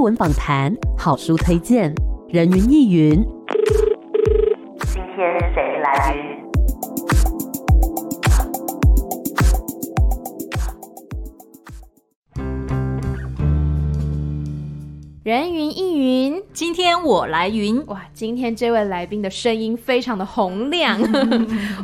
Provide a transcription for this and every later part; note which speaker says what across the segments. Speaker 1: 文访谈、好书推荐、人云亦云。
Speaker 2: 今天谁来云？
Speaker 3: 人云亦云，
Speaker 4: 今天我来云，
Speaker 3: 哇！今天这位来宾的声音非常的洪 亮。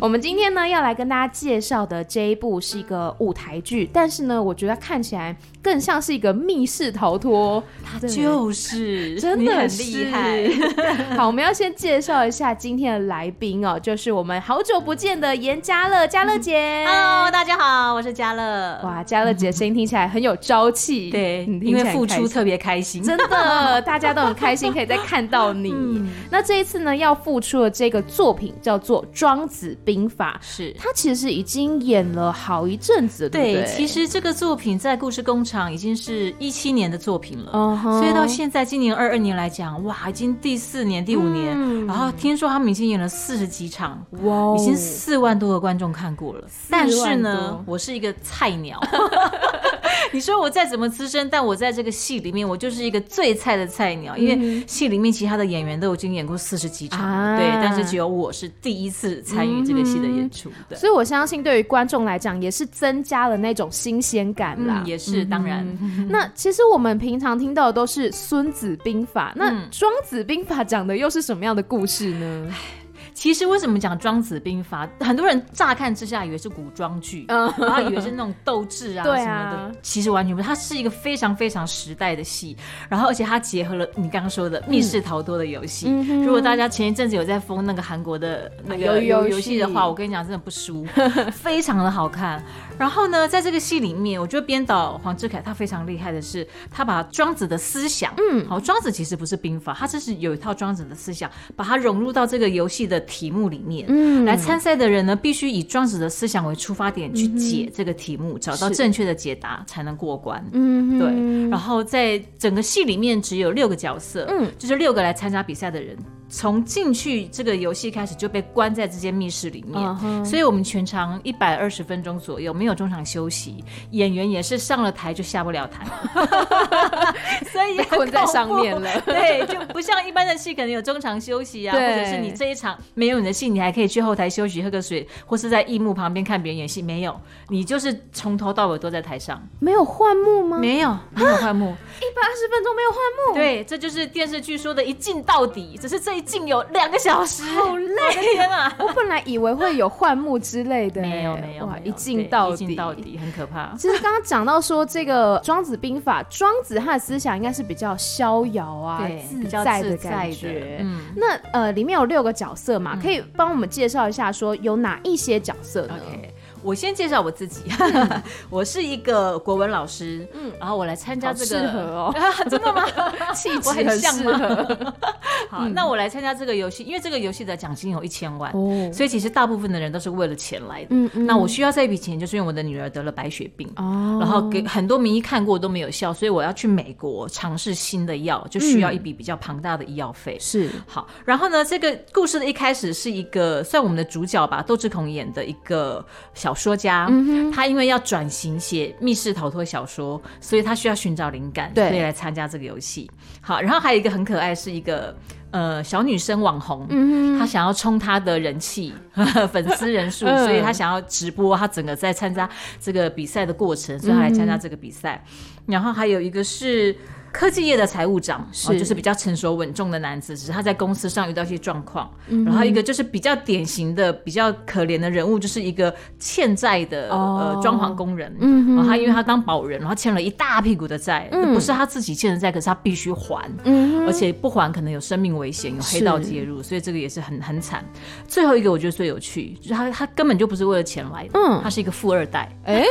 Speaker 3: 我们今天呢要来跟大家介绍的这一部是一个舞台剧，但是呢，我觉得它看起来更像是一个密室逃脱。
Speaker 4: 他就是
Speaker 3: 真
Speaker 4: 你
Speaker 3: 的
Speaker 4: 很
Speaker 3: 是
Speaker 4: 厉害。
Speaker 3: 好，我们要先介绍一下今天的来宾哦，就是我们好久不见的严嘉乐，嘉乐姐。
Speaker 4: Hello，大家好，我是嘉乐。
Speaker 3: 哇，嘉乐姐声音听起来很有朝气，
Speaker 4: 对，
Speaker 3: 嗯
Speaker 4: 因为付。
Speaker 3: 听起来很开
Speaker 4: 出
Speaker 3: 心
Speaker 4: 特别开心，
Speaker 3: 真的，大家都很开心可以再看到你。
Speaker 4: 嗯
Speaker 3: 那这一次呢，要复出的这个作品叫做《庄子兵法》，
Speaker 4: 是。
Speaker 3: 它其实已经演了好一阵子，对不
Speaker 4: 对，
Speaker 3: 对？
Speaker 4: 其，实这个作品在故事工厂已经是一七年的作品了。
Speaker 3: 嗯哼
Speaker 4: 所以到现在，今年二二年来讲，哇，已经第四年、第五年，
Speaker 3: 嗯
Speaker 4: 然后听说他们已经演了四十几场，
Speaker 3: 哇哦
Speaker 4: 已经四万多个观众看过了。但是呢，我是一个菜鸟。 你说我再怎么资深，但我在这个戏里面，我就是一个最菜的菜鸟，因为戏里面其他的演员都已经演过四十几场了，
Speaker 3: 啊
Speaker 4: 对，但是只有我是第一次参与这个戏的演出的。
Speaker 3: 所以我相信对于观众来讲，也是增加了那种新鲜感啦。
Speaker 4: 嗯，也是，当然，
Speaker 3: 那其实我们平常听到的都是《孙子兵法》，那《
Speaker 4: 嗯
Speaker 3: 庄子兵法》讲的又是什么样的故事呢？
Speaker 4: 其实为什么讲《庄子兵法》，很多人乍看之下以为是古装剧，
Speaker 3: 嗯
Speaker 4: 然后以为是那种斗志啊
Speaker 3: 对
Speaker 4: 什
Speaker 3: 啊
Speaker 4: 么的，其实完全不是。它是一个非常非常时代的戏，然后而且它结合了你刚刚说的密室逃脱的游戏。
Speaker 3: 嗯哼
Speaker 4: 如果大家前一阵子有在封那个韩国的那
Speaker 3: 啊鱿
Speaker 4: 个
Speaker 3: 鱼
Speaker 4: 游
Speaker 3: 游
Speaker 4: 游戏的
Speaker 3: 戏
Speaker 4: 话，我跟你讲真的不输，非常的好看。 然后呢，在这个戏里面，我觉得编导黄志凯他非常厉害的是，他把庄子的思想，嗯，好，庄子其实不是兵法，他这是有一套庄子的思想，把它融入到这个游戏的题目里面。
Speaker 3: 嗯
Speaker 4: 来参赛的人呢，必须以庄子的思想为出发点去解这个题目，找到
Speaker 3: 嗯是
Speaker 4: 正确的解答才能过关。
Speaker 3: 嗯
Speaker 4: 对
Speaker 3: 哼，
Speaker 4: 然后在整个戏里面只有六个角色，
Speaker 3: 嗯
Speaker 4: 嗯，就是六个来参加比赛的人，从进去这个游戏开始就被关在这间密室里面，
Speaker 3: 嗯哼
Speaker 4: 所以我们全长一百二十分钟左右，没有中场休息，演员也是上了台就下不 了台，所以也很
Speaker 3: 困在
Speaker 4: 恐
Speaker 3: 上
Speaker 4: 怖
Speaker 3: 面 了
Speaker 4: 对，就不像一般的戏可能有中场休息啊，或
Speaker 3: 对
Speaker 4: 者是你这一场没有你的戏，你还可以去后台休息喝个水，或是在艺幕旁边看别人演戏，没有，你就是从头到尾都在台上。
Speaker 3: 没有换幕吗？
Speaker 4: 没有，没有换幕。
Speaker 3: 一百二十分钟没有换幕，
Speaker 4: 对，这就是电视剧说的一镜到底，只是这一镜有两个小时，好累，我的天啊！
Speaker 3: 哦我本来以为会有换幕之类的欸，
Speaker 4: 没有没有，
Speaker 3: 哇，
Speaker 4: 没有
Speaker 3: 一镜
Speaker 4: 对
Speaker 3: 到
Speaker 4: 一
Speaker 3: 底，
Speaker 4: 镜到底，很可怕。
Speaker 3: 其实刚刚讲到说这个《庄子兵法》，庄子他的思想应该是比较逍遥啊
Speaker 4: 对、
Speaker 3: 自
Speaker 4: 比较
Speaker 3: 在
Speaker 4: 自
Speaker 3: 的
Speaker 4: 在
Speaker 3: 感
Speaker 4: 的
Speaker 3: 觉。
Speaker 4: 嗯
Speaker 3: 那呃，里面有六个角色嘛，可以帮我们介绍一下，说有哪一些角色呢？
Speaker 4: OK，我先介绍我自 己，我是一个国文老师，嗯，然后我来参加
Speaker 3: 好
Speaker 4: 这
Speaker 3: 适
Speaker 4: 个，，
Speaker 3: 合哦
Speaker 4: 真的吗？
Speaker 3: 气质
Speaker 4: 我很嗯像啊
Speaker 3: 适
Speaker 4: 吗
Speaker 3: 合
Speaker 4: 好，那我来参加这个游戏，因为这个游戏的奖金有一千万，
Speaker 3: 哦
Speaker 4: 所以其实大部分的人都是为了钱来的。
Speaker 3: 嗯嗯
Speaker 4: 那我需要这一笔钱，就是因为我的女儿得了白血病，
Speaker 3: 哦
Speaker 4: 然后给很多名医看过都没有效，所以我要去美国尝试新的药，就需要一笔比较庞大的医药费。
Speaker 3: 是
Speaker 4: 好，然后呢，这个故事的一开始是一个算我们的主角吧，窦智孔演的一个小说家，
Speaker 3: 嗯
Speaker 4: 他因为要转型写密室逃脱小说，所以他需要寻找灵感，
Speaker 3: 对
Speaker 4: 所以来参加这个游戏。好，然后还有一个很可爱，是一个呃小女生网红，
Speaker 3: 嗯
Speaker 4: 她想要冲她的人气、 粉丝人 数，
Speaker 3: 嗯
Speaker 4: 所以她想要直播她整个在参加这个比赛的过程，所以她来
Speaker 3: 嗯
Speaker 4: 参加这个比赛。然后还有一个是科技业的财务长，
Speaker 3: 是
Speaker 4: 哦就是比较成熟稳重的男子，只是他在公司上遇到一些状况。
Speaker 3: 嗯
Speaker 4: 然后一个就是比较典型的、比较可怜的人物，就是一个欠债的、
Speaker 3: 哦
Speaker 4: 呃装潢工人。
Speaker 3: 嗯哼
Speaker 4: 然后他因为他当保人，然后欠了一大屁股的债，
Speaker 3: 嗯
Speaker 4: 不是他自己欠的债，可是他必须还。
Speaker 3: 嗯
Speaker 4: 而且不还可能有生命危险，有黑道介入，所以这个也是很很惨。最后一个我觉得最有趣，就是他他根本就不是为了钱来的，
Speaker 3: 嗯
Speaker 4: 他是一个富二代，
Speaker 3: 哎，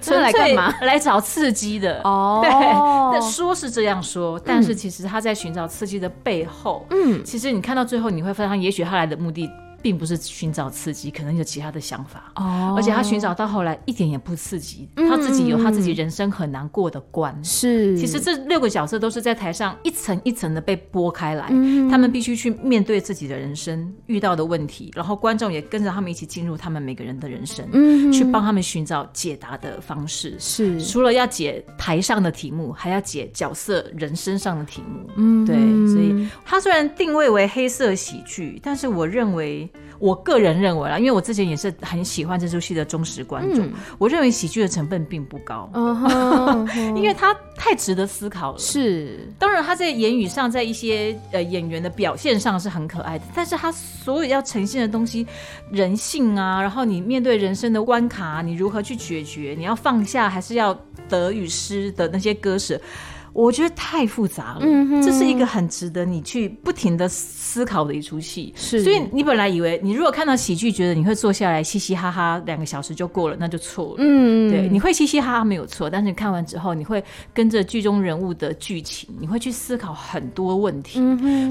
Speaker 3: 这来干嘛？？
Speaker 4: 来找刺激的
Speaker 3: 哦
Speaker 4: 对， 但说是这样说，但是其实他在寻找刺激的背后，
Speaker 3: 嗯
Speaker 4: 其实你看到最后，你会发现，也许他来的目的并不是寻找刺激，可能有其他的想法。
Speaker 3: 哦
Speaker 4: 而且他寻找到后来一点也不刺激，他自己有他自己人生很难过的关。
Speaker 3: 嗯是，
Speaker 4: 其实这六个角色都是在台上一层一层的被剥开来，
Speaker 3: 嗯
Speaker 4: 他们必须去面对自己的人生遇到的问题，然后观众也跟着他们一起进入他们每个人的人生，
Speaker 3: 嗯
Speaker 4: 去帮他们寻找解答的方式。
Speaker 3: 是
Speaker 4: 除了要解台上的题目，还要解角色人身上的题目。嗯，对，所以它虽然定位为黑色喜剧，但是我认为，我个人认为啦，因为我之前也是很喜欢这出戏的忠实观众，我认为喜剧的成分并不高，
Speaker 3: 嗯哼，
Speaker 4: 因为它太值得思考了。
Speaker 3: 是
Speaker 4: 当然，他在言语上，在一些呃演员的表现上是很可爱的，但是他所有要呈现的东西，人性啊，然后你面对人生的关卡，你如何去解决，你要放下还是要得与失的那些割舍，我觉得太复杂了。这是一个很值得你去不停的思考的一出戏。
Speaker 3: 是
Speaker 4: 所以你本来以为你如果看到喜剧，觉得你会坐下来嘻嘻哈哈两个小时就过了，那就错了。
Speaker 3: 嗯
Speaker 4: 对，你会嘻嘻哈哈没有错，但是你看完之后，你会跟着剧中人物的剧情，你会去思考很多问题。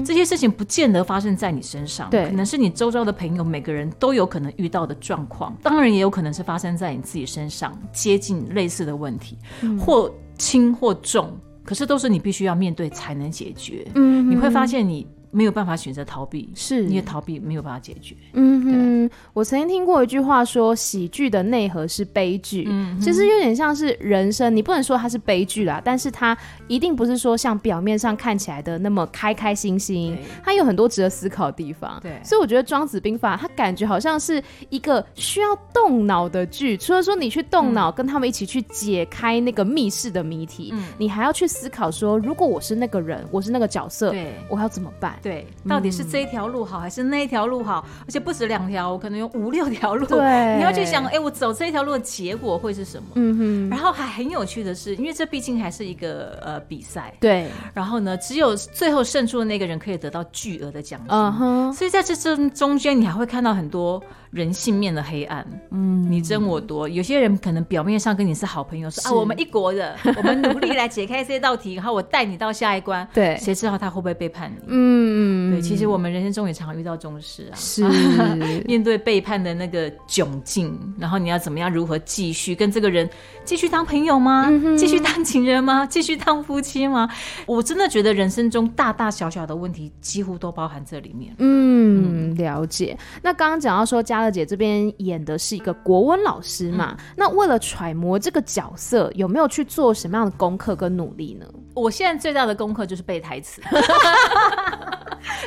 Speaker 4: 这些事情不见得发生在你身上，
Speaker 3: 嗯对
Speaker 4: 可能是你周遭的朋友每个人都有可能遇到的状况，当然也有可能是发生在你自己身上，接近类似的问题，
Speaker 3: 嗯
Speaker 4: 或轻或重，可是都是你必须要面对才能解决。
Speaker 3: 嗯
Speaker 4: 你会发现你没有办法选择逃避，
Speaker 3: 是
Speaker 4: 你也啊逃避没有办法解决。
Speaker 3: 嗯哼，我曾经听过一句话说，喜剧的内核是悲剧，
Speaker 4: 嗯
Speaker 3: 其实有点像是人生，你不能说它是悲剧啦，但是它一定不是说像表面上看起来的那么开开心心
Speaker 4: 对，
Speaker 3: 它有很多值得思考的地方。
Speaker 4: 对
Speaker 3: 所以我觉得《庄子兵法》它感觉好像是一个需要动脑的剧，除了说你去动
Speaker 4: 嗯
Speaker 3: 脑，跟他们一起去解开那个密室的谜题，你还要去思考说，如果我是那个人，我是那个角色，
Speaker 4: 对
Speaker 3: 我要怎么办？
Speaker 4: 对，到底是这
Speaker 3: 嗯
Speaker 4: 一条路好还是那一条路好？而且不止两条，我可能有五六条路。
Speaker 3: 对
Speaker 4: 你要去想，哎、我走这一条路的结果会是什么？
Speaker 3: 嗯哼，
Speaker 4: 然后还很有趣的是，因为这毕竟还是一个呃比赛，
Speaker 3: 对，
Speaker 4: 然后呢，只有最后胜出的那个人可以得到巨额的奖金。
Speaker 3: 嗯哼，
Speaker 4: 所以在这中中间，你还会看到很多人性面的黑暗，嗯，你争我夺。有些人可能表面上跟你是好朋友，说啊，我们一国 的，我们努力来解开这道题，然后我带你到下一关。
Speaker 3: 对
Speaker 4: 谁知道他会不会背叛你？
Speaker 3: 嗯，
Speaker 4: 对，其实我们人生中也常遇到这种事啊。
Speaker 3: 是嗯
Speaker 4: 面对背叛的那个窘境，然后你要怎么样？如何继续跟这个人继续当朋友吗？继续当情人吗？ 继续当夫妻吗？我真的觉得人生中大大小小的问题几乎都包含这里面。
Speaker 3: 嗯，了解。那刚刚讲到说，嘉乐姐这边演的是一个国文老师嘛，
Speaker 4: 嗯
Speaker 3: 那为了揣摩这个角色，有没有去做什么样的功课跟努力呢？
Speaker 4: 我现在最大的功课就是背台词，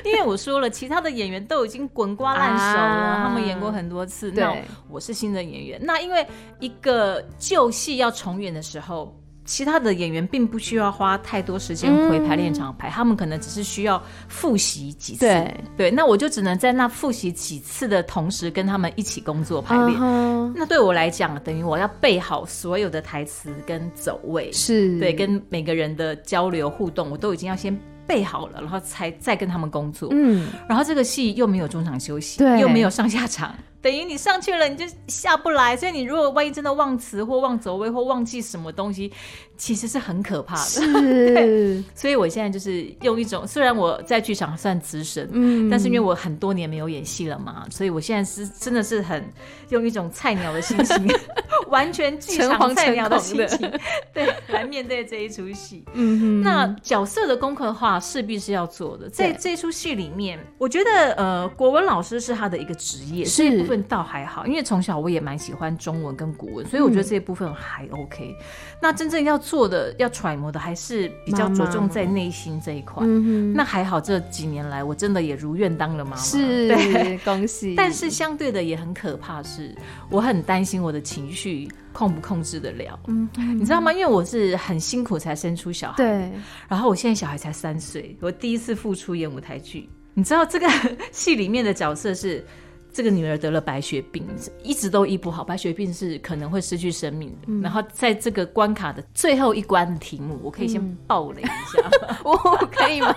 Speaker 4: 因为我说了，其他的演员都已经滚瓜烂熟了，
Speaker 3: 啊
Speaker 4: 他们演过很多次。
Speaker 3: 对
Speaker 4: 那我是新的演员，那因为一个旧戏要重演的时候。其他的演员并不需要花太多时间回排练场排，他们可能只是需要复习几次。
Speaker 3: 对
Speaker 4: 那我就只能在那复习几次的同时，跟他们一起工作排练。
Speaker 3: 哼
Speaker 4: 那对我来讲，等于我要背好所有的台词跟走位，
Speaker 3: 是
Speaker 4: 对，跟每个人的交流互动，我都已经要先备好了，然后才再跟他们工作。
Speaker 3: 嗯，
Speaker 4: 然后这个戏又没有中场休息，
Speaker 3: 对
Speaker 4: 又没有上下场，等于你上去了你就下不来。所以你如果万一真的忘词或忘走位或忘记什么东西，其实是很可怕的。
Speaker 3: 是
Speaker 4: 所以我现在就是用一种，虽然我在剧场算资深，
Speaker 3: 嗯
Speaker 4: 但是因为我很多年没有演戏了嘛，所以我现在是真的是很用一种菜鸟的心情， 完全剧
Speaker 3: 诚惶
Speaker 4: 场菜鸟的
Speaker 3: 诚恐
Speaker 4: 心
Speaker 3: 的
Speaker 4: 情， 对，来面对这一出戏。
Speaker 3: 嗯哼，
Speaker 4: 那角色的功课的话，势必是要做的。在
Speaker 3: 对
Speaker 4: 这出戏里面，我觉得呃，国文老师是他的一个职业，
Speaker 3: 是
Speaker 4: 这一部分倒还好，因为从小我也蛮喜欢中文跟古文，所以我觉得
Speaker 3: 嗯
Speaker 4: 这一部分还 OK。那真正要做的、要揣摩的，还是比较着重在内心这一块。
Speaker 3: 嗯
Speaker 4: 那还好，这几年来我真的也如愿当了妈妈。
Speaker 3: 哼，。是恭喜，
Speaker 4: 但是相对的也很可怕是，我很担心我的情绪控不控制得了，嗯，你知道吗？因为我是很辛苦才生出小孩，
Speaker 3: 对
Speaker 4: 然后我现在小孩才三岁，我第一次复出演舞台剧。你知道这个 戏里面的角色是这个女儿得了白血病，一直都医不好，白血病是可能会失去生命的。
Speaker 3: 嗯
Speaker 4: 然后在这个关卡的最后一关的题目，我可以先
Speaker 3: 嗯
Speaker 4: 爆雷一下，
Speaker 3: 我可以吗？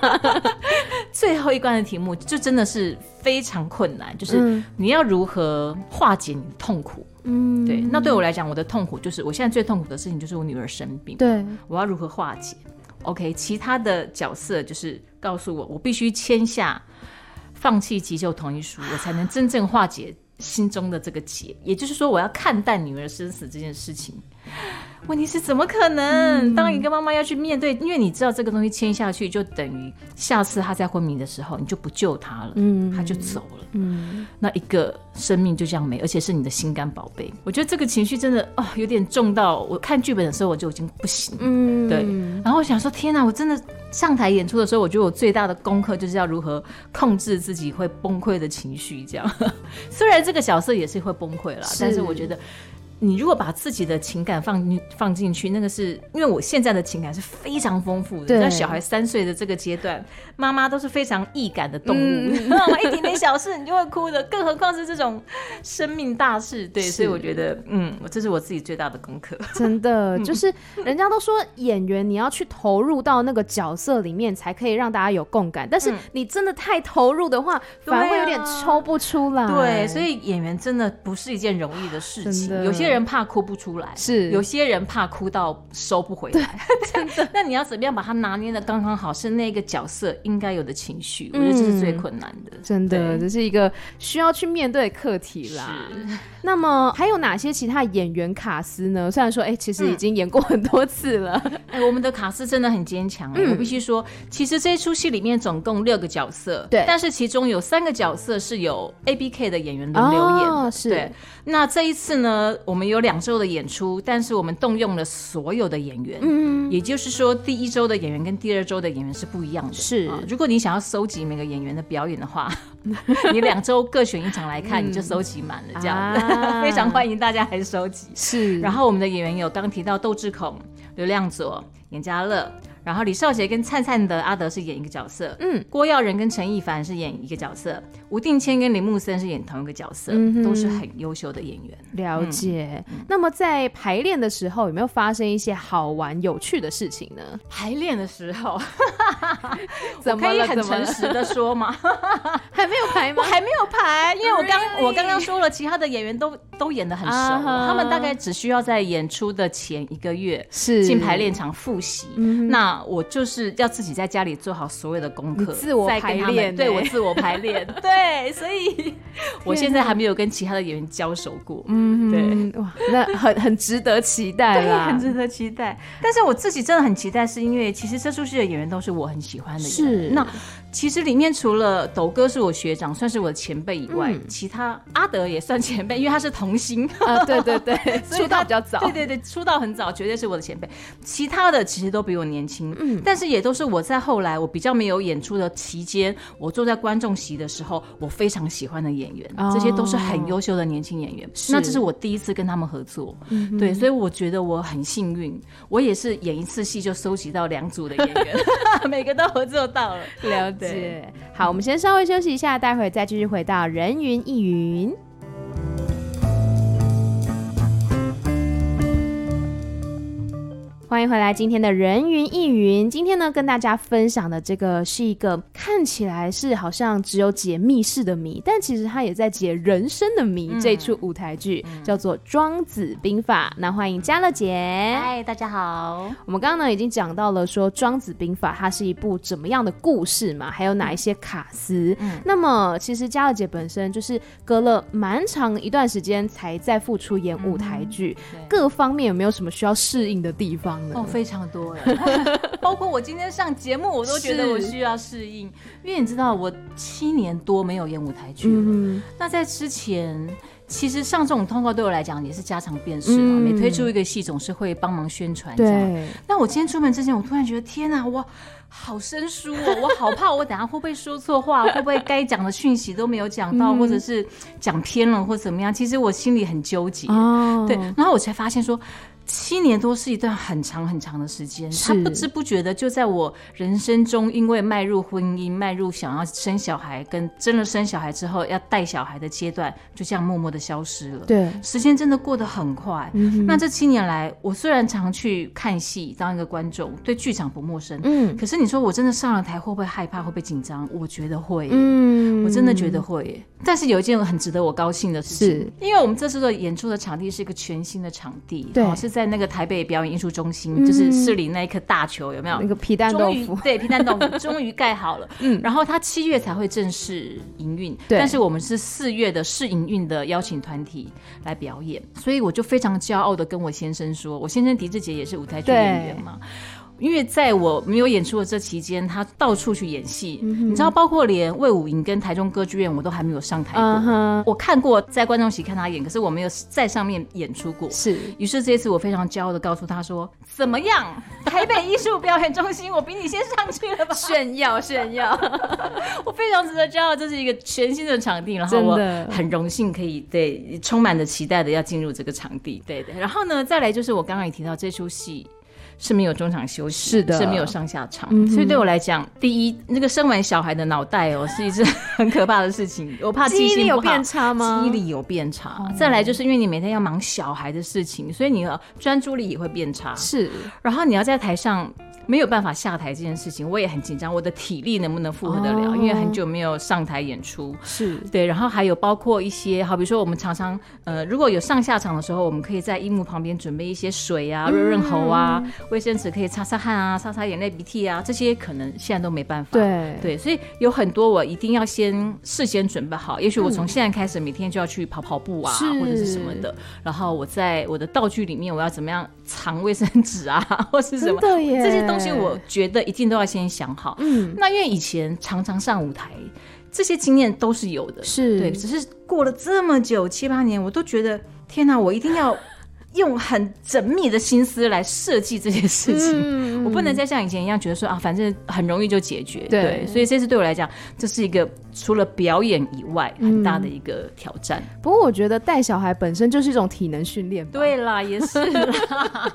Speaker 4: 最后一关的题目就真的是非常困难，就是
Speaker 3: 嗯
Speaker 4: 你要如何化解你的痛苦。
Speaker 3: 嗯，
Speaker 4: 对，那对我来讲，我的痛苦就是我现在最痛苦的事情就是我女儿生病。
Speaker 3: 对，
Speaker 4: 我要如何化解？OK，其他的角色就是告诉我，我必须签下放弃急救同意书，我才能真正化解心中的这个结。也就是说，我要看淡女儿生死这件事情。问题是怎么可能？当一个妈妈要去面对，因为你知道这个东西签下去，就等于下次她在昏迷的时候，你就不救她了，嗯，她就走了，嗯，那一个生命就这样没，而且是你的心肝宝贝。我觉得这个情绪真的哦，有点重到我看剧本的时候我就已经不行了，
Speaker 3: 嗯，
Speaker 4: 对，然后我想说，天哪！我真的上台演出的时候，我觉得我最大的功课就是要如何控制自己会崩溃的情绪。这样， 虽然这个角色也是会崩溃啦，
Speaker 3: 是
Speaker 4: 但是我觉得，你如果把自己的情感放进放进去，那个是因为我现在的情感是非常丰富的。
Speaker 3: 对
Speaker 4: 在小孩三岁的这个阶段，妈妈都是非常易感的动物，
Speaker 3: 嗯
Speaker 4: 一点点小事你就会哭的，更何况是这种生命大事。对，
Speaker 3: 是
Speaker 4: 所以我觉得，嗯，我这是我自己最大的功课。
Speaker 3: 真
Speaker 4: 嗯
Speaker 3: 的就是人家都说演员你要去投入到那个角色里面，才可以让大家有共感。但是
Speaker 4: 嗯啊
Speaker 3: 你真的太投入的话，反而会有点抽不出来。
Speaker 4: 对，所以演员真的不是一件容易的事
Speaker 3: 哎真的
Speaker 4: 情。有些人怕哭不出来，
Speaker 3: 是
Speaker 4: 有些人怕哭到收不回来。 真的，那你要怎么样把它拿捏的刚刚好，是那个角色应该有的情绪？我觉得这是最困难的。
Speaker 3: 嗯真的
Speaker 4: 对
Speaker 3: 这是一个需要去面对的课题啦。
Speaker 4: 是，
Speaker 3: 那么还有哪些其他演员卡司呢？虽然说，哎、其实已经演过很多次了。
Speaker 4: 哎、我们的卡斯真的很坚强、哎
Speaker 3: 嗯
Speaker 4: 我必须说，其实这一出戏里面总共六个角色，
Speaker 3: 对
Speaker 4: 但是其中有三个角色是有 A B K 的演员轮流演的、
Speaker 3: 哦是
Speaker 4: 对，那这一次呢，我们有两周的演出，但是我们动用了所有的演员，
Speaker 3: 嗯，
Speaker 4: 也就是说，第一周的演员跟第二周的演员是不一样的。
Speaker 3: 是
Speaker 4: 啊如果你想要搜集每个演员的表演的话， 你两周各选一场来看，你就搜集满了这样子，
Speaker 3: 嗯啊
Speaker 4: 非常欢迎大家来收集。
Speaker 3: 是，
Speaker 4: 然后我们的演员有刚提到窦智孔、刘亮佐、严家乐，然后李少杰跟灿灿的阿德是演一个角色，
Speaker 3: 嗯，
Speaker 4: 郭耀仁跟陈亦凡是演一个角色，吴定谦跟林木森是演同一个角色，
Speaker 3: 嗯哼
Speaker 4: 都是很优秀的演员。
Speaker 3: 了解。
Speaker 4: 嗯
Speaker 3: 那么在排练的时候，有没有发生一些好玩有趣的事情呢？
Speaker 4: 排练的时候，
Speaker 3: 怎么
Speaker 4: 可以
Speaker 3: 了？
Speaker 4: 很
Speaker 3: 怎么
Speaker 4: 诚
Speaker 3: 了？
Speaker 4: 实的说吗？
Speaker 3: 还没有排
Speaker 4: 我
Speaker 3: 吗？
Speaker 4: 还没有排， 因为我刚
Speaker 3: Really？
Speaker 4: 我刚刚说了，其他的演员都都演的很熟
Speaker 3: 啊哈
Speaker 4: 他们大概只需要在演出的前一个月
Speaker 3: 是嗯
Speaker 4: 进排练场复习。那我就是要自己在家里做好所有的功
Speaker 3: 你
Speaker 4: 课，
Speaker 3: 自我
Speaker 4: 再跟
Speaker 3: 排
Speaker 4: 他们
Speaker 3: 练
Speaker 4: 对
Speaker 3: 欸
Speaker 4: 我自我排练， 对，所以我现在还没有跟其他的演员交手过。嗯，对。
Speaker 3: 嗯，哇，那很很值得期待
Speaker 4: 对，啊
Speaker 3: 啦，
Speaker 4: 很值得期待。但是我自己真的很期待，是因为其实这出戏的演员都是我很喜欢的演员。
Speaker 3: 是
Speaker 4: 那其实里面除了斗哥是我学长，算是我的前辈以外，
Speaker 3: 嗯
Speaker 4: 其他阿德也算前辈，因为他是童星。
Speaker 3: 啊！对对对，
Speaker 4: 所以
Speaker 3: 出道
Speaker 4: 他
Speaker 3: 比较早，
Speaker 4: 对对对，出道很早，绝对是我的前辈。其他的其实都比我年轻，嗯，但是也都是我在后来我比较没有演出的期间，我坐在观众席的时候，我非常喜欢的演员，
Speaker 3: 哦
Speaker 4: 这些都是很优秀的年轻演员。那这是嗯我第一次跟他们合作，对，所以我觉得我很幸运，我也是演一次戏就收集到两组的演员， 每个都合作到了。
Speaker 3: 了
Speaker 4: 对
Speaker 3: 解。好，我们先稍微休息一下，待会再继续回到人云亦云。欢迎回来，今天的人云亦云。今天呢，跟大家分享的这个是一个看起来是好像只有解密室的谜，但其实它也在解人生的谜。这一出舞台剧叫做《庄子兵法》，那欢迎嘉乐姐。
Speaker 4: 嗨，大家好。
Speaker 3: 我们刚刚呢已经讲到了说《庄子兵法》它是一部怎么样的故事嘛，还有哪一些卡司。
Speaker 4: 嗯
Speaker 3: 那么其实嘉乐姐本身就是隔了蛮长一段时间才再复出演舞台剧，
Speaker 4: 嗯对
Speaker 3: 各方面有没有什么需要适应的地方呢？
Speaker 4: 哦，非常多哎， 包括我今天上节目，我都觉得
Speaker 3: 是
Speaker 4: 我需要适应，因为你知道我七年多没有演舞台剧了。
Speaker 3: 嗯，
Speaker 4: 那在之前，其实上这种通告对我来讲也是家常便事啊。
Speaker 3: 嗯
Speaker 4: 每推出一个戏，总是会帮忙宣传。。
Speaker 3: 对，
Speaker 4: 那我今天出门之前，我突然觉得天哪、我好生疏哦，我好怕我等下会不会说错话，会不会该讲的讯息都没有讲到，
Speaker 3: 嗯
Speaker 4: 或者是讲偏了或怎么样？其实我心里很纠结。
Speaker 3: 哦，
Speaker 4: 对，然后我才发现说。七年多是一段很长很长的时间，
Speaker 3: 是
Speaker 4: 他不知不觉的就在我人生中，因为迈入婚姻、迈入想要生小孩，跟真的生小孩之后要带小孩的阶段，就这样默默的消失了。，
Speaker 3: 对，
Speaker 4: 时间真的过得很快。
Speaker 3: 嗯哼
Speaker 4: 那这七年来，我虽然常去看戏，当一个观众，对剧场不陌生，
Speaker 3: 嗯
Speaker 4: 可是你说我真的上了台会不会害怕，会不会紧张？我觉得会耶，
Speaker 3: 嗯
Speaker 4: 我真的觉得会耶。但是有一件很值得我高兴的事
Speaker 3: 是
Speaker 4: 情，因为我们这次的演出的场地是一个全新的场地，
Speaker 3: 对嗯
Speaker 4: 哦是在那个台北表演艺术中心，就是市里那一颗大球，有没有？
Speaker 3: 那个皮蛋豆
Speaker 4: 终于
Speaker 3: 腐
Speaker 4: 对皮蛋豆腐终于盖好了，
Speaker 3: 嗯
Speaker 4: 嗯，然后它七月才会正式营运，
Speaker 3: 对
Speaker 4: 但是我们是四月的试营运的邀请团体来表演，所以我就非常骄傲的跟我先生说，我先生狄志杰也是舞台剧演员嘛。因为在我没有演出的这期间，他到处去演戏，
Speaker 3: 嗯
Speaker 4: 你知道，包括连魏武营跟台中歌剧院，我都还没有上台过。
Speaker 3: 嗯哼，
Speaker 4: 我看过在观众席看他演，可是我没有在上面演出过。
Speaker 3: 是
Speaker 4: 于是这次我非常骄傲的告诉他说：“怎么样，台北艺术表演中心，我比你先上去了吧？
Speaker 3: 炫耀炫耀，
Speaker 4: 我非常值得骄傲，这是一个全新的场地，然后
Speaker 3: 真
Speaker 4: 我
Speaker 3: 的
Speaker 4: 很荣幸可以对充满着期待的要进入这个场地。对对，然后呢，再来就是我刚刚也提到这出戏。”是没有中场休息，
Speaker 3: 是的
Speaker 4: 是没有上下场，
Speaker 3: 嗯哼
Speaker 4: 所以对我来讲，第一，那个生完小孩的脑袋哦，是一件 很可怕的事情，我怕
Speaker 3: 记忆
Speaker 4: 性
Speaker 3: 力有
Speaker 4: 不好
Speaker 3: 变差吗哦
Speaker 4: 记忆力有变差。再来就是因为你每天要忙小孩的事情，所以你的专注力也会变差。
Speaker 3: 是
Speaker 4: 然后你要在台上没有办法下台这件事情，我也很紧张，我的体力能不能负荷得了？
Speaker 3: 哦
Speaker 4: 因为很久没有上台演出。
Speaker 3: 是，
Speaker 4: 对，然后还有包括一些，好比说我们常常，呃，如果有上下场的时候，我们可以在荧幕旁边准备一些水
Speaker 3: 嗯
Speaker 4: 啊、润润喉啊、卫生纸可以擦擦汗啊、擦擦眼泪、鼻涕啊，这些可能现在都没办法。
Speaker 3: 对
Speaker 4: 对，所以有很多我一定要先事先准备好。也许我从现在开始每天就要去跑跑步啊，
Speaker 3: 嗯是
Speaker 4: 或者是什么的。然后我在我的道具里面，我要怎么样藏卫生纸啊， 或是什么
Speaker 3: 真的耶
Speaker 4: 这些东西，我觉得一定都要先想好。
Speaker 3: 嗯，
Speaker 4: 那因为以前常常上舞台，这些经验都是有的，
Speaker 3: 是
Speaker 4: 对，只是过了这么久七八年，我都觉得天哪，我一定要用很缜密的心思来设计这些事情。
Speaker 3: 嗯
Speaker 4: 我不能再像以前一样觉得说啊，反正很容易就解决。
Speaker 3: 对
Speaker 4: 所以这次对我来讲，这是一个除了表演以外很大的
Speaker 3: 嗯
Speaker 4: 一个挑战。
Speaker 3: 不过我觉得带小孩本身就是一种体能训练吧，，
Speaker 4: 啦，也是 啦，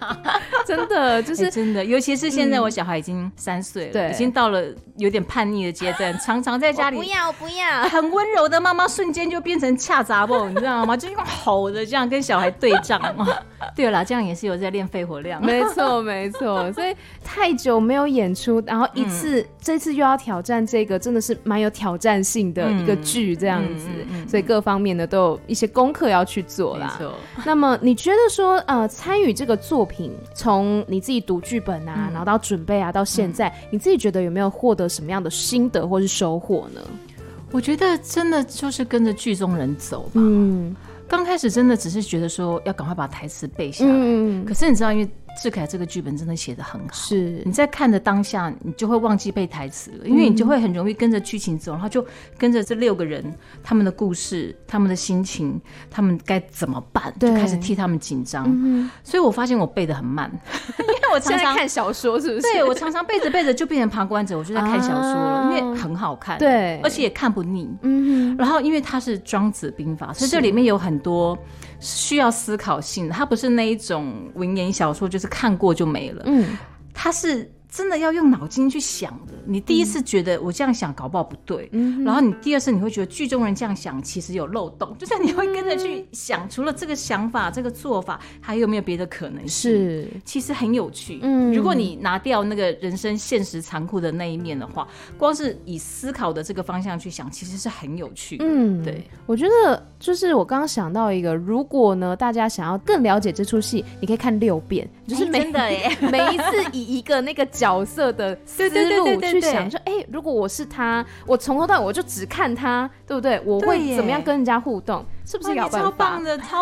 Speaker 3: 真的就
Speaker 4: 就是
Speaker 3: 是
Speaker 4: 哎
Speaker 3: 嗯
Speaker 4: 真的，尤其是现在我小孩已经三岁了，
Speaker 3: 对
Speaker 4: 已经到了有点叛逆的阶段，常常在家里
Speaker 3: 不要不要，
Speaker 4: 很温柔的妈妈瞬间就变成恰杂蹦，你知道吗？就用吼的这样跟小孩对仗嘛。 对啦，这样也是有在练肺活 量。
Speaker 3: 没错，没错。所以太久没有演出，然后一次、这次又要挑战这个，真的是蛮有挑战性的一个剧这样子。
Speaker 4: 嗯嗯嗯嗯
Speaker 3: 所以各方面呢都有一些功课要去做
Speaker 4: 没
Speaker 3: 啦。
Speaker 4: 错，
Speaker 3: 那么你觉得说，呃，参与这个作品，从你自己读剧本
Speaker 4: 嗯
Speaker 3: 啊，然后到准备啊，到现在，你自己觉得有没有获得什么样的心得或是收获呢？
Speaker 4: 我觉得真的就是跟着剧中人走吧。
Speaker 3: 嗯
Speaker 4: 刚开始真的只是觉得说要赶快把台词背下来，
Speaker 3: 嗯，
Speaker 4: 可是你知道，因为志凯这个剧本真的写得很好。
Speaker 3: 是
Speaker 4: 你在看的当下，你就会忘记背台词了，因为你就会很容易跟着剧情走，然后就跟着这六个人他们的故事、他们的心情、他们该怎么办，
Speaker 3: 对
Speaker 4: 就开始替他们紧张。所以我发现我背得很慢，因为我常
Speaker 3: 现在
Speaker 4: 常
Speaker 3: 看小说是不是？
Speaker 4: 对我常常背着背着就变成旁观者，我就在看小说了，
Speaker 3: 啊
Speaker 4: 因为很好看，
Speaker 3: 对
Speaker 4: 而且也看不腻。
Speaker 3: 嗯
Speaker 4: 然后，因为它是庄子兵法，所以这里面有很多需要思考性的，它不是那一种文言小说，就是看过就没了。
Speaker 3: 嗯，
Speaker 4: 它是真的要用脑筋去想的。你第一次觉得我这样想搞不好不对，
Speaker 3: 嗯
Speaker 4: 然后你第二次你会觉得剧中人这样想其实有漏洞，就是你会跟着去
Speaker 3: 嗯
Speaker 4: 想，除了这个想法、这个做法，还有没有别的可能性？
Speaker 3: 是
Speaker 4: 其实很有趣。
Speaker 3: 嗯
Speaker 4: 嗯，如果你拿掉那个人生现实残酷的那一面的话，光是以思考的这个方向去想，其实是很有趣的。
Speaker 3: 嗯
Speaker 4: 对，
Speaker 3: 我觉得就是我刚刚想到一个，如果呢大家想要更了解这出戏，你可以看六遍，就是
Speaker 4: 哎
Speaker 3: 每、
Speaker 4: 真的耶
Speaker 3: 每一次以一个那个角色的思
Speaker 4: 对对对对
Speaker 3: 路去
Speaker 4: 对对
Speaker 3: 想，说哎、如果我是他，我从头到尾我就只看他，对不对？我
Speaker 4: 对
Speaker 3: 会
Speaker 4: 耶
Speaker 3: 怎么样跟人家互动？是不
Speaker 4: 哇
Speaker 3: 是
Speaker 4: 你
Speaker 3: 有办
Speaker 4: 超
Speaker 3: 法
Speaker 4: 棒？的，超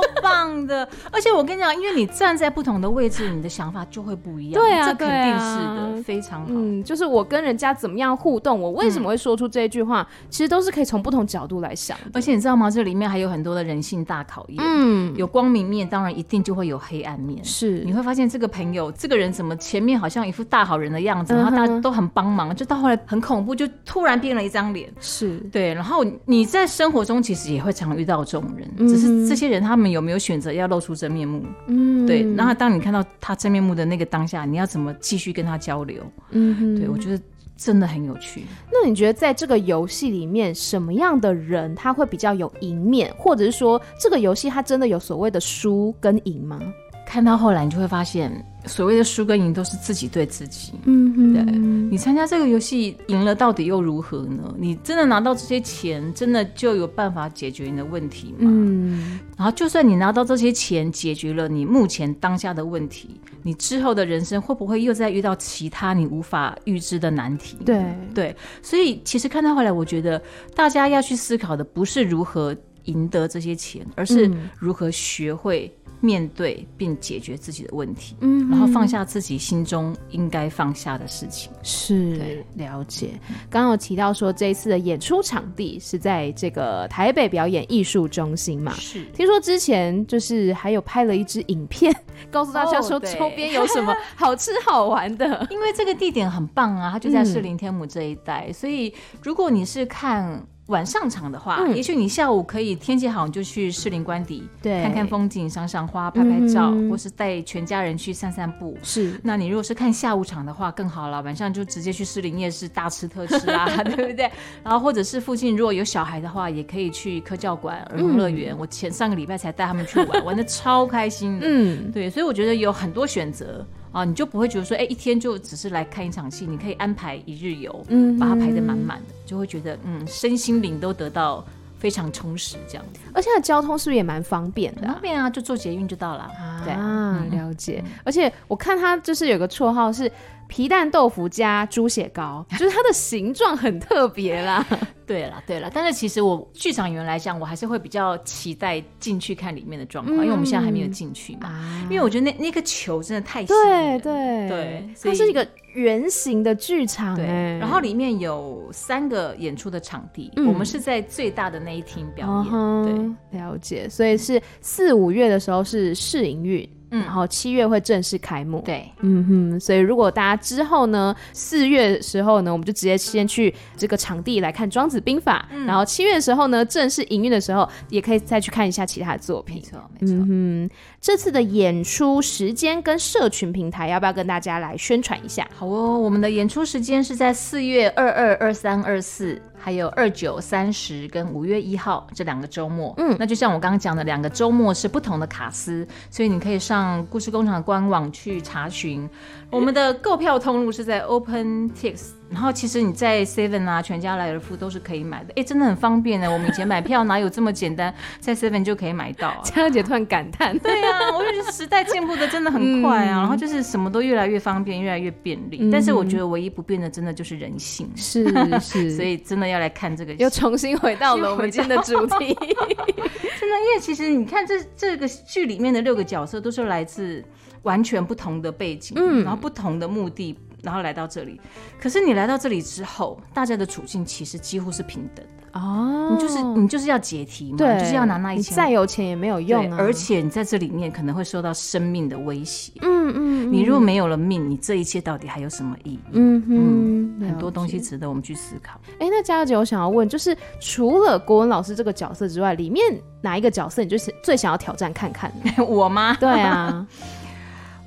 Speaker 4: 棒的！而且我跟你讲，因为你站在不同的位置，你的想法就会不一样。
Speaker 3: 对啊
Speaker 4: 这肯
Speaker 3: 对
Speaker 4: 定是
Speaker 3: 啊
Speaker 4: 的，非常好。
Speaker 3: 嗯，就是我跟人家怎么样互动，我为什么
Speaker 4: 嗯
Speaker 3: 会说出这一句话，其实都是可以从不同角度来想的。
Speaker 4: 而且你知道吗？这里面还有很多的人性大考验。
Speaker 3: 嗯，
Speaker 4: 有光明面，当然一定就会有黑暗面。
Speaker 3: 是
Speaker 4: 你会发现这个朋友，这个人怎么前面好像一副大好人的样子，然后大
Speaker 3: 嗯
Speaker 4: 家
Speaker 3: 哼
Speaker 4: 都很帮忙，就到后来很恐怖，就突然变了一张脸。
Speaker 3: 是
Speaker 4: 对，然后你在生活中其实也会常遇到这种人，
Speaker 3: 嗯哼
Speaker 4: 只是这些人他们有没有选择要露出真面目？
Speaker 3: 嗯
Speaker 4: 对，然后当你看到他真面目的那个当下，你要怎么继续跟他交流？
Speaker 3: 嗯哼
Speaker 4: 对我觉得真的很有趣。
Speaker 3: 那你觉得在这个游戏里面，什么样的人他会比较有赢面，或者是说这个游戏它真的有所谓的输跟赢吗？
Speaker 4: 看到后来，你就会发现所谓的输跟赢都是自己对自己。
Speaker 3: 嗯哼，
Speaker 4: 对你参加这个游戏赢了，到底又如何呢？你真的拿到这些钱，真的就有办法解决你的问题吗？
Speaker 3: 嗯，
Speaker 4: 然后，就算你拿到这些钱，解决了你目前当下的问题，你之后的人生会不会又再遇到其他你无法预知的难题？
Speaker 3: 对，
Speaker 4: 对，所以其实看到后来，我觉得大家要去思考的不是如何赢得这些钱，而是
Speaker 3: 嗯
Speaker 4: 如何学会面对并解决自己的问题，
Speaker 3: 嗯
Speaker 4: 然后放
Speaker 3: 哼
Speaker 4: 下自己心中应该放下的事情。
Speaker 3: 是
Speaker 4: 对
Speaker 3: 了解。刚刚有提到说，这一次的演出场地是在这个台北表演艺术中心嘛？
Speaker 4: 是
Speaker 3: 听说之前就是还有拍了一支影片，告诉大家说
Speaker 4: 哦对
Speaker 3: 周边有什么好吃好玩的。
Speaker 4: 因为这个地点很棒啊，它就在
Speaker 3: 嗯
Speaker 4: 士林天母这一带，所以如果你是看晚上场的话，
Speaker 3: 嗯
Speaker 4: 也许你下午可以天气好你就去士林官邸
Speaker 3: 对
Speaker 4: 看看风景、赏赏花、拍拍照，
Speaker 3: 嗯哼
Speaker 4: 或是带全家人去散散步。
Speaker 3: 是
Speaker 4: 那你如果是看下午场的话，更好了，晚上就直接去士林夜市大吃特吃 啊，对不对？然后或者是附近如果有小孩的话，也可以去科教馆、儿
Speaker 3: 嗯
Speaker 4: 童乐园。我前上个礼拜才带他们去玩，玩的超开心的。
Speaker 3: 嗯，
Speaker 4: 对，所以我觉得有很多选择啊，你就不会觉得说，哎、一天就只是来看一场戏，你可以安排一日游，
Speaker 3: 嗯
Speaker 4: 把它排得满满的，就会觉得嗯，身心灵都得到非常充实，这样子
Speaker 3: 而且它的交通是不是也蛮方便的
Speaker 4: 很
Speaker 3: 啊、
Speaker 4: 方便啊，就坐捷运就到了。对，
Speaker 3: 啊，了解。而且我看它就是有个绰号是皮蛋豆腐加猪血糕，就是它的形状很特别 啦。
Speaker 4: 对了，对了，但是其实我剧场员来讲，我还是会比较期待进去看里面的状况，因为我们现在还没有进去嘛，
Speaker 3: 啊
Speaker 4: 因为我觉得那那个球真的太吸引
Speaker 3: 对对
Speaker 4: 人对所
Speaker 3: 它
Speaker 4: 以
Speaker 3: 是一个圆形的剧场
Speaker 4: 对
Speaker 3: 哎，，
Speaker 4: 然后里面有三个演出的场地，
Speaker 3: 嗯
Speaker 4: 我们是在最大的那一厅表
Speaker 3: 嗯
Speaker 4: 演。
Speaker 3: 哼了解，所以是四五月的时候是试营运，
Speaker 4: 嗯
Speaker 3: 然后七月会正式开幕。
Speaker 4: 对，对，
Speaker 3: 嗯哼，所以如果大家之后呢，四月的时候呢，我们就直接先去这个场地来看《庄子兵法》
Speaker 4: 嗯
Speaker 3: 然后七月的时候呢，正式营运的时候，也可以再去看一下其他的作
Speaker 4: 没
Speaker 3: 品。
Speaker 4: 错，没错。
Speaker 3: 嗯哼，这次的演出时间跟社群平台要不要跟大家来宣传一下？
Speaker 4: 好哦，我们的演出时间是在四月二二、二三、二四，还有二九、三十跟五月一号这两个周末。嗯，那就像我刚刚讲的，两个周末是不同的卡司，所以你可以上故事工厂的官网去查询。我们的购票通路是在 OpenTix。然后其实你在 Seven 啊、全家、莱尔夫都是可以买的，哎，真的很方便呢。我们以前买票哪有这么简单，在 Seven 就可以买到啊。
Speaker 3: 佳姐突然感叹，
Speaker 4: 对呀、我就觉得时代进步的真的很快啊，然后就是什么都越来越方便，越来越便利。但是我觉得唯一不变的，真的 嗯就是人性，
Speaker 3: 是 是，
Speaker 4: 所以真的要来看这个戏。
Speaker 3: 又重新回到了我们今天的主 题。
Speaker 4: 真的，因为其实你看这这个剧里面的六个角色都是来自完全不同的背景，
Speaker 3: 嗯
Speaker 4: 然后不同的目的，然后来到这里。可是你来到这里之后，大家的处境其实几乎是平等的，
Speaker 3: 哦
Speaker 4: 你就是你就是要解题嘛，
Speaker 3: 对，
Speaker 4: 你就是要拿那一
Speaker 3: 你
Speaker 4: 千
Speaker 3: 再
Speaker 4: 万。
Speaker 3: 有钱也没有
Speaker 4: 对
Speaker 3: 用啊，，
Speaker 4: 而且你在这里面可能会受到生命的威胁。
Speaker 3: 嗯嗯，
Speaker 4: 你
Speaker 3: 嗯
Speaker 4: 如果没有了命，你这一切到底还有什么意义？
Speaker 3: 嗯哼，了
Speaker 4: 很多东西
Speaker 3: 解。
Speaker 4: 值得我们去思考。
Speaker 3: 哎，那佳姐，我想要问，就是除了国文老师这个角色之外，里面哪一个角色你就是最想要挑战看看 呢？
Speaker 4: 我吗？
Speaker 3: 对啊，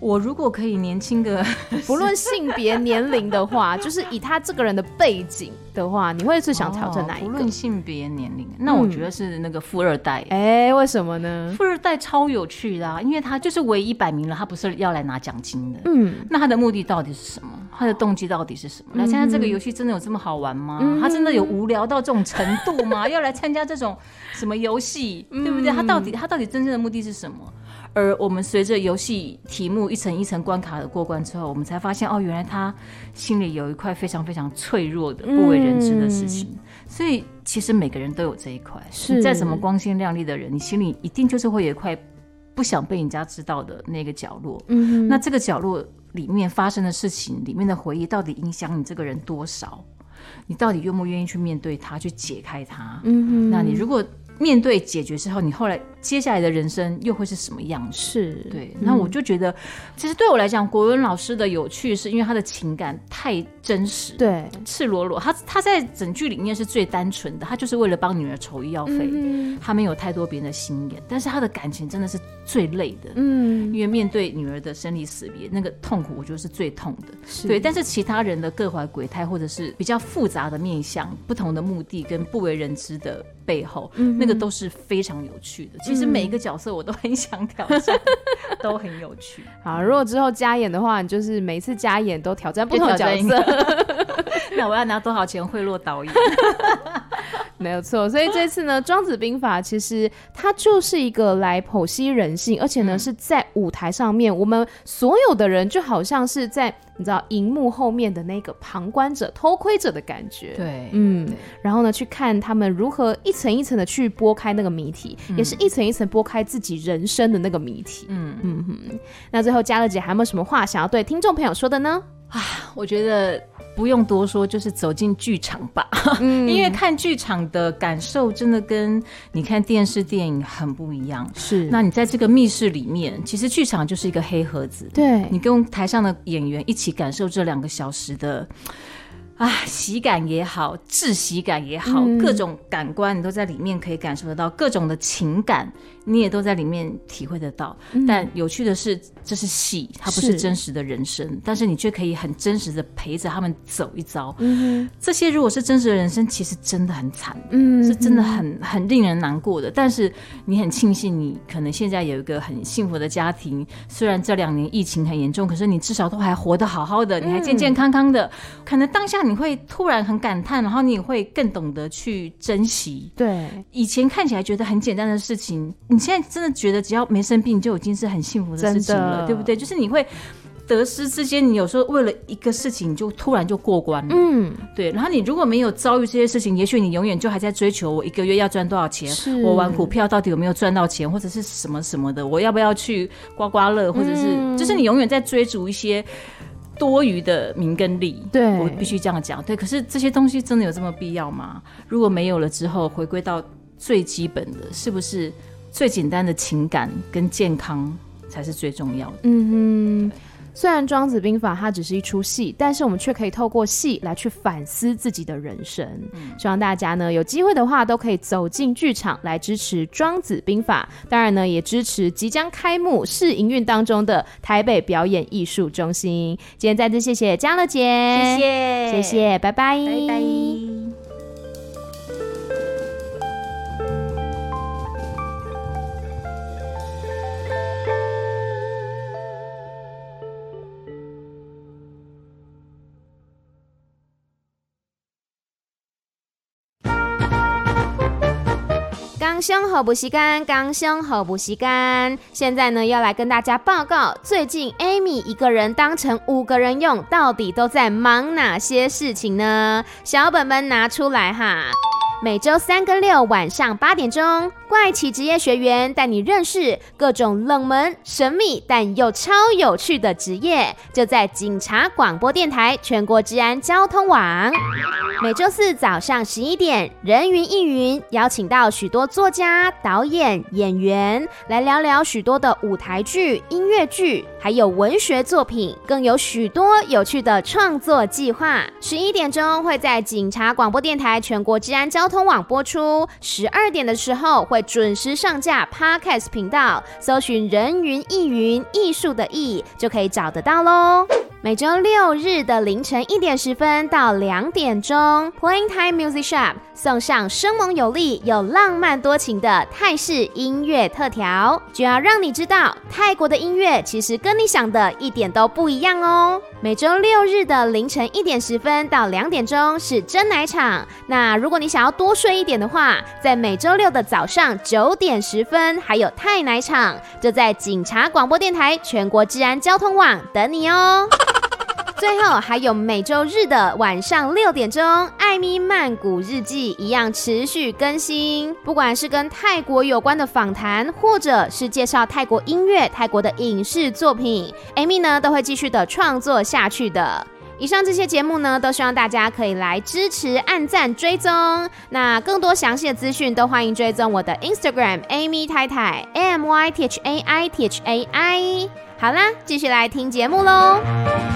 Speaker 4: 我如果可以年轻个，
Speaker 3: 不论性别、年龄的话，就是以他这个人的背景的话，你会最想挑战哪一
Speaker 4: 哦不
Speaker 3: 个嗯
Speaker 4: 论？性别、年龄，那我觉得是那个富二代。
Speaker 3: 哎、为什么呢？
Speaker 4: 富二代超有趣的、啊，因为他就是唯一摆明了他不是要来拿奖金的。
Speaker 3: 嗯，
Speaker 4: 那他的目的到底是什么？他的动机到底是什么？来参加这个游戏真的有这么好玩吗？他真的有无聊到这种程度吗？要来参加这种什么游戏，对不对？他到底他到底真正的目的是什么？而我们随着游戏题目一层一层关卡的过关之后，我们才发现哦，原来他心里有一块非常非常脆弱的、不为人知的事情。所以其实每个人都有这一块。
Speaker 3: 是
Speaker 4: 你再怎么光鲜亮丽的人，你心里一定就是会有一块不想被人家知道的那个角落。
Speaker 3: 嗯
Speaker 4: 那这个角落里面发生的事情，里面的回忆到底影响你这个人多少？你到底愿不愿意去面对它，去解开它？
Speaker 3: 嗯哼，
Speaker 4: 那你如果面对解决之后，你后来接下来的人生又会是什么样子？
Speaker 3: 是嗯
Speaker 4: 对，那我就觉得，其实对我来讲，国文老师的有趣是因为他的情感太真实，，
Speaker 3: 对，
Speaker 4: 赤裸裸。他他在整剧里面是最单纯的，他就是为了帮女儿筹医药费，
Speaker 3: 嗯
Speaker 4: 他没有太多别人的心眼，但是他的感情真的是最累的。
Speaker 3: 嗯，
Speaker 4: 因为面对女儿的生离死别，那个痛苦我觉得是最痛
Speaker 3: 是
Speaker 4: 的。对，但是其他人的各怀鬼胎，或者是比较复杂的
Speaker 3: 嗯
Speaker 4: 面向、不同的目的跟不为人知的背后，那个都是非常有趣的。其其实每一个角色我都很 想挑战，都很有趣。
Speaker 3: 好，如果之后加演的话，你就是每次加演都挑战不
Speaker 4: 就
Speaker 3: 同的
Speaker 4: 挑
Speaker 3: 角
Speaker 4: 战一
Speaker 3: 色，
Speaker 4: 那我要拿多少钱贿赂导演？
Speaker 3: 没有错。所以这次
Speaker 4: 啊
Speaker 3: 呢，《庄子兵法》其实它就是一个来剖析人性，而且
Speaker 4: 嗯
Speaker 3: 呢、是在舞台上面，我们所有的人就好像是在你知道荧幕后面的那个旁观者、偷窥者的感觉。。
Speaker 4: 对
Speaker 3: 嗯
Speaker 4: 对，
Speaker 3: 然后呢，去看他们如何一层一层的去拨开那个谜题，也是一层一层拨开自己人生的那个谜题。
Speaker 4: 嗯
Speaker 3: 嗯哼，那最后嘉乐姐还有没有什么话想要对听众朋友说的呢？
Speaker 4: 我觉得不用多说，就是走进剧场吧，
Speaker 3: 嗯
Speaker 4: 因为看剧场的感受真的跟你看电视电影很不一样。
Speaker 3: 是
Speaker 4: 那你在这个密室里面，其实剧场就是一个黑盒子，
Speaker 3: 对
Speaker 4: 你跟台上的演员一起感受这两个小时的。啊，喜感也好，窒息感也好，
Speaker 3: 嗯
Speaker 4: 各种感官你都在里面可以感受得到，各种的情感你也都在里面体会得到。但有趣的是，这是戏，它不
Speaker 3: 嗯是
Speaker 4: 是真实的人生，但是你却可以很真实的陪着他们走一遭。
Speaker 3: 嗯
Speaker 4: 这些如果是真实的人生，其实真的很惨，
Speaker 3: 嗯
Speaker 4: 是真的很很令人难过的。但是你很庆幸，你可能现在有一个很幸福的家庭，虽然这两年疫情很严重，可是你至少都还活得好好的，你还健健
Speaker 3: 嗯
Speaker 4: 康康的。可能当下你会突然很感叹，然后你会更懂得去珍惜。
Speaker 3: 对，
Speaker 4: 以前看起来觉得很简单的事情，你现在真的觉得只要没生病就已经是很幸福的事情
Speaker 3: 真的
Speaker 4: 了，对不对？就是你会得失之间，你有时候为了一个事情你就突然就过关了，
Speaker 3: 嗯，
Speaker 4: 对。然后你如果没有遭遇这些事情，也许你永远就还在追求我一个月要赚多少钱
Speaker 3: 是，
Speaker 4: 我玩股票到底有没有赚到钱，或者是什么什么的，我要不要去刮刮乐，或者是、
Speaker 3: 嗯
Speaker 4: 就是你永远在追逐一些。多余的名跟利，
Speaker 3: 对
Speaker 4: 我必须这样讲，对。可是这些东西真的有这么必要吗？如果没有了之后，回归到最基本的，是不是最简单的情感跟健康才是最重要的？
Speaker 3: 嗯哼。虽然《庄子兵法》它只是一出戏，但是我们却可以透过戏来去反思自己的人生。
Speaker 4: 嗯
Speaker 3: 希望大家呢有机会的话，都可以走进剧场来支持《庄子兵法》，当然呢也支持即将开幕试营运当中的台北表演艺术中心。今天再次谢谢嘉乐姐，
Speaker 4: 谢
Speaker 3: 谢谢，拜拜，
Speaker 4: 拜拜。
Speaker 3: 刚胸口补习干，刚胸口补习干。现在呢，要来跟大家报告，最近 Amy 一个人当成五个人用，到底都在忙哪些事情呢？小本本拿出来哈。每周三跟六晚上八点钟，怪奇职业学员带你认识各种冷门、神秘但又超有趣的职业，就在警察广播电台全国治安交通网。每周四早上十一点，人云亦云邀请到许多作家、导演、演员来聊聊许多的舞台剧、音乐剧，还有文学作品，更有许多有趣的创作计划。十一点钟会在警察广播电台全国治安交通网播出，十二点的时候会准时上架 Podcast 频道，搜寻“人云亦云”艺术的艺就可以找得到喽。每周六日的凌晨一点十分到两点钟，Playing Time Music Shop 送上生猛有力又浪漫多情的泰式音乐特调，就要让你知道泰国的音乐其实跟你想的一点都不一样哦。每周六日的凌晨一点十分到两点钟是真奶场，那如果你想要多睡一点的话，在每周六的早上九点十分还有泰奶场，就在警察广播电台全国治安交通网等你哦。最后还有每周日的晚上六点钟，《艾咪曼谷日记》一样持续更新，不管是跟泰国有关的访谈，或者是介绍泰国音乐、泰国的影视作品，Amy 呢都会继续的创作下去的。以上这些节目呢，都希望大家可以来支持、按赞、追踪。那更多详细的资讯都欢迎追踪我的 Instagram Amy 太太 A M Y T H A I T H A I。好啦，继续来听节目喽。